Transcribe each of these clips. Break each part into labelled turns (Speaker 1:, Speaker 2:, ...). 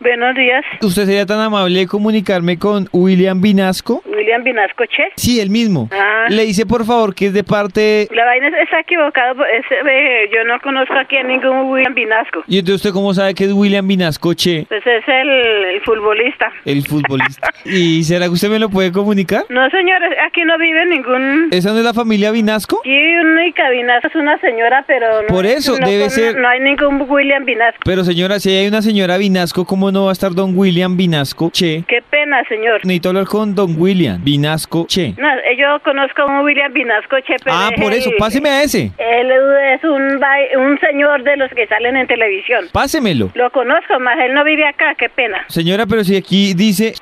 Speaker 1: Buenos días,
Speaker 2: ¿Usted sería tan amable de comunicarme con William Vinasco?
Speaker 1: William Vinasco Che.
Speaker 2: Sí, el mismo.
Speaker 1: Ah.
Speaker 2: Le dice por favor que es de parte...
Speaker 1: La vaina es- está equivocada, pues, es, eh, yo no conozco aquí a ningún William Vinasco.
Speaker 2: ¿Y entonces usted cómo sabe que es William Vinasco Che,
Speaker 1: Pues es el, el futbolista.
Speaker 2: el futbolista? ¿Y será que usted me lo puede comunicar?
Speaker 1: No, señores, aquí no vive ningún...
Speaker 2: ¿Esa no es la familia Vinasco?
Speaker 1: Aquí única Vinasco es una señora, pero... No,
Speaker 2: Por eso,
Speaker 1: no
Speaker 2: debe
Speaker 1: con-
Speaker 2: ser-
Speaker 1: No hay ningún William Vinasco.
Speaker 2: Pero señora, si hay una señora Vinasco, ¿cómo no va a estar don William Vinasco Che?
Speaker 1: Qué pena, señor.
Speaker 2: Necesito hablar con don William Vinasco Che.
Speaker 1: No, eh, yo conozco a un William Vinasco Che, pero... eh,
Speaker 2: Ah,
Speaker 1: es
Speaker 2: por eso,
Speaker 1: el-
Speaker 2: páseme a ese.
Speaker 1: Él es un, vai- un señor de los que salen en televisión.
Speaker 2: Pásemelo.
Speaker 1: Lo conozco, más él no vive acá, qué pena.
Speaker 2: Señora, pero si aquí dice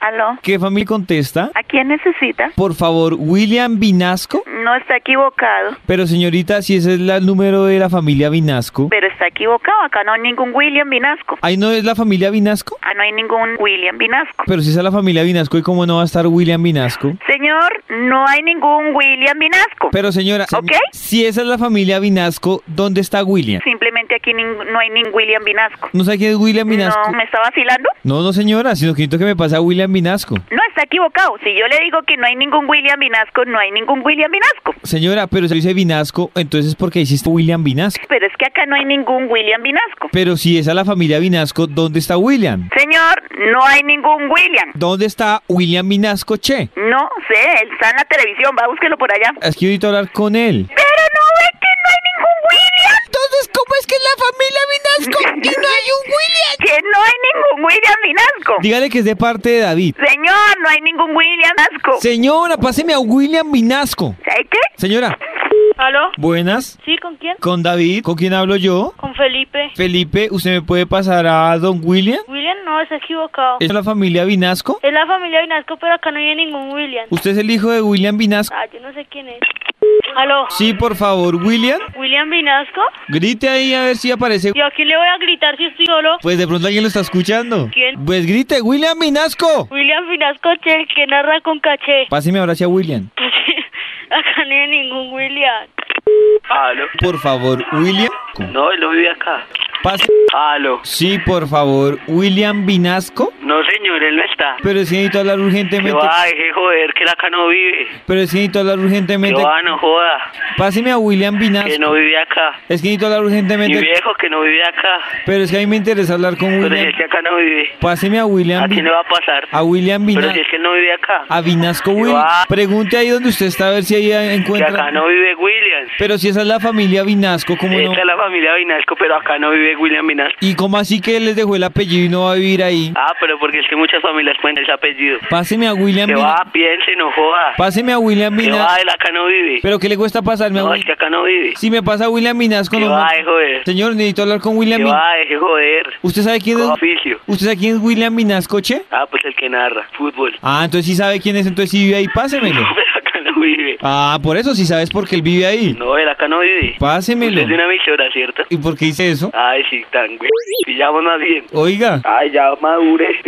Speaker 1: ¿Aló?
Speaker 2: que familia contesta,
Speaker 1: ¿A quién necesita?
Speaker 2: por favor, William Vinasco.
Speaker 1: No está equivocado,
Speaker 2: Pero señorita, si ese es la- el número de la familia Vinasco,
Speaker 1: pero está equivocado. Acá no hay ningún William Vinasco.
Speaker 2: ahí no es la familia Vinasco.
Speaker 1: Ah, no hay ningún William Vinasco.
Speaker 2: Pero si esa es la familia Vinasco, ¿y cómo no va a estar William Vinasco?
Speaker 1: Señor, no hay ningún William Vinasco.
Speaker 2: Pero señora, se-
Speaker 1: Ok.
Speaker 2: si esa es la familia Vinasco, ¿dónde está William?
Speaker 1: Simplemente aquí nin- no hay ningún William Vinasco.
Speaker 2: ¿No sabe quién es William Vinasco?
Speaker 1: No, ¿me está vacilando?
Speaker 2: No, no señora, sino que necesito que me pase a William Vinasco.
Speaker 1: No, está equivocado. Si yo le digo que no hay ningún William Vinasco, no hay ningún William Vinasco.
Speaker 2: Señora, pero si dice Vinasco, entonces ¿por qué hiciste William Vinasco?
Speaker 1: Pero es que acá no hay ningún William Vinasco.
Speaker 2: Pero si esa es la familia Vinasco, ¿dónde está William?
Speaker 1: Señor, no hay ningún William.
Speaker 2: ¿Dónde está William Vinasco, che?
Speaker 1: No sé, él está en la televisión. Va, búsquelo por allá.
Speaker 2: Es que yo necesito hablar con él.
Speaker 1: Pero no ve que no hay ningún William.
Speaker 2: Entonces, ¿cómo es que es la familia Vinasco y no hay un William?
Speaker 1: Que no hay ningún William Vinasco.
Speaker 2: Dígale que es de parte de David.
Speaker 1: Señor, no hay ningún William Vinasco.
Speaker 2: Señora, páseme a William Vinasco.
Speaker 1: ¿Sabe qué?
Speaker 2: Señora,
Speaker 3: ¿Aló?
Speaker 2: buenas.
Speaker 3: ¿Sí? ¿Con quién?
Speaker 2: Con David, ¿con quién hablo yo?
Speaker 3: Con Felipe.
Speaker 2: Felipe, ¿usted me puede pasar a don William?
Speaker 3: William no, está equivocado.
Speaker 2: ¿Es la familia Vinasco?
Speaker 3: Es la familia Vinasco, pero acá no hay ningún William.
Speaker 2: ¿Usted es el hijo de William Vinasco?
Speaker 3: Ah, yo no sé quién es. ¿Aló?
Speaker 2: Sí, por favor, William.
Speaker 3: ¿William Vinasco?
Speaker 2: Grite ahí a ver si aparece.
Speaker 3: ¿Yo a quién le voy a gritar si estoy solo?
Speaker 2: Pues de pronto alguien lo está escuchando.
Speaker 3: ¿Quién?
Speaker 2: Pues grite, William Vinasco.
Speaker 3: William Vinasco, che, el que narra con caché.
Speaker 2: Páseme ahora hacia William.
Speaker 1: 呃
Speaker 3: acá no hay ningún William.
Speaker 4: Aló.
Speaker 2: Por favor, William.
Speaker 4: No, él no vive acá.
Speaker 2: Pase.
Speaker 4: Aló.
Speaker 2: Sí, por favor, William Vinasco.
Speaker 4: No, señor, él no está.
Speaker 2: Pero es que necesito hablar
Speaker 4: Que
Speaker 2: urgentemente.
Speaker 4: va, deje de joder, que él acá no vive.
Speaker 2: Pero es que necesito hablar
Speaker 4: Que
Speaker 2: urgentemente.
Speaker 4: va, no joda.
Speaker 2: Páseme a William
Speaker 4: ah, Que
Speaker 2: Vinasco.
Speaker 4: no vive acá.
Speaker 2: Es que necesito hablar
Speaker 4: Mi
Speaker 2: urgentemente.
Speaker 4: viejo que no vive acá.
Speaker 2: Pero es que a mí me interesa hablar con
Speaker 4: Pero si
Speaker 2: William.
Speaker 4: es que acá no vive.
Speaker 2: Páseme a William
Speaker 4: Aquí
Speaker 2: Vin-
Speaker 4: no va a pasar.
Speaker 2: A William
Speaker 4: Pero si
Speaker 2: Vinasco.
Speaker 4: es que él no vive acá.
Speaker 2: A Vinasco William.
Speaker 4: va.
Speaker 2: Pregunte ahí donde usted está a ver si ahí
Speaker 4: Que
Speaker 2: encuentra.
Speaker 4: acá no vive William.
Speaker 2: Pero si esa es la familia Vinasco, ¿cómo no?
Speaker 4: Esta es la familia Vinasco, pero acá no vive William Vinasco.
Speaker 2: ¿Y cómo así que les dejó el apellido y no va a vivir ahí?
Speaker 4: Ah, pero porque es que muchas familias ponen ese apellido.
Speaker 2: Páseme a William
Speaker 4: Que
Speaker 2: Vinasco.
Speaker 4: va, piense, no joda.
Speaker 2: Páseme a William
Speaker 4: Que
Speaker 2: Vinasco.
Speaker 4: va, él acá no vive.
Speaker 2: ¿Pero qué le cuesta pasarme a
Speaker 4: No, es
Speaker 2: William?
Speaker 4: que acá no vive.
Speaker 2: Si me pasa William Vinasco,
Speaker 4: Que
Speaker 2: no.
Speaker 4: va,
Speaker 2: me-
Speaker 4: deje de joder.
Speaker 2: Señor, necesito hablar con William
Speaker 4: Que
Speaker 2: Vinasco.
Speaker 4: va, deje de joder.
Speaker 2: ¿Usted sabe quién es?
Speaker 4: Con oficio.
Speaker 2: ¿Usted sabe quién es William Vinasco, che?
Speaker 4: Ah, pues el que narra, fútbol.
Speaker 2: Ah, entonces sí sabe quién es, entonces sí vive ahí, pásemelo.
Speaker 4: Pero acá no vive.
Speaker 2: Ah, por eso sí sabes porque él vive ahí.
Speaker 4: No, él acá no vive. Usted
Speaker 2: Pásemelo.
Speaker 4: Es de una emisora, ¿cierto?
Speaker 2: ¿Y por qué hice eso?
Speaker 4: Ay, sí, tan güey. Pillamos más bien.
Speaker 2: Oiga.
Speaker 4: Ay, ya madure.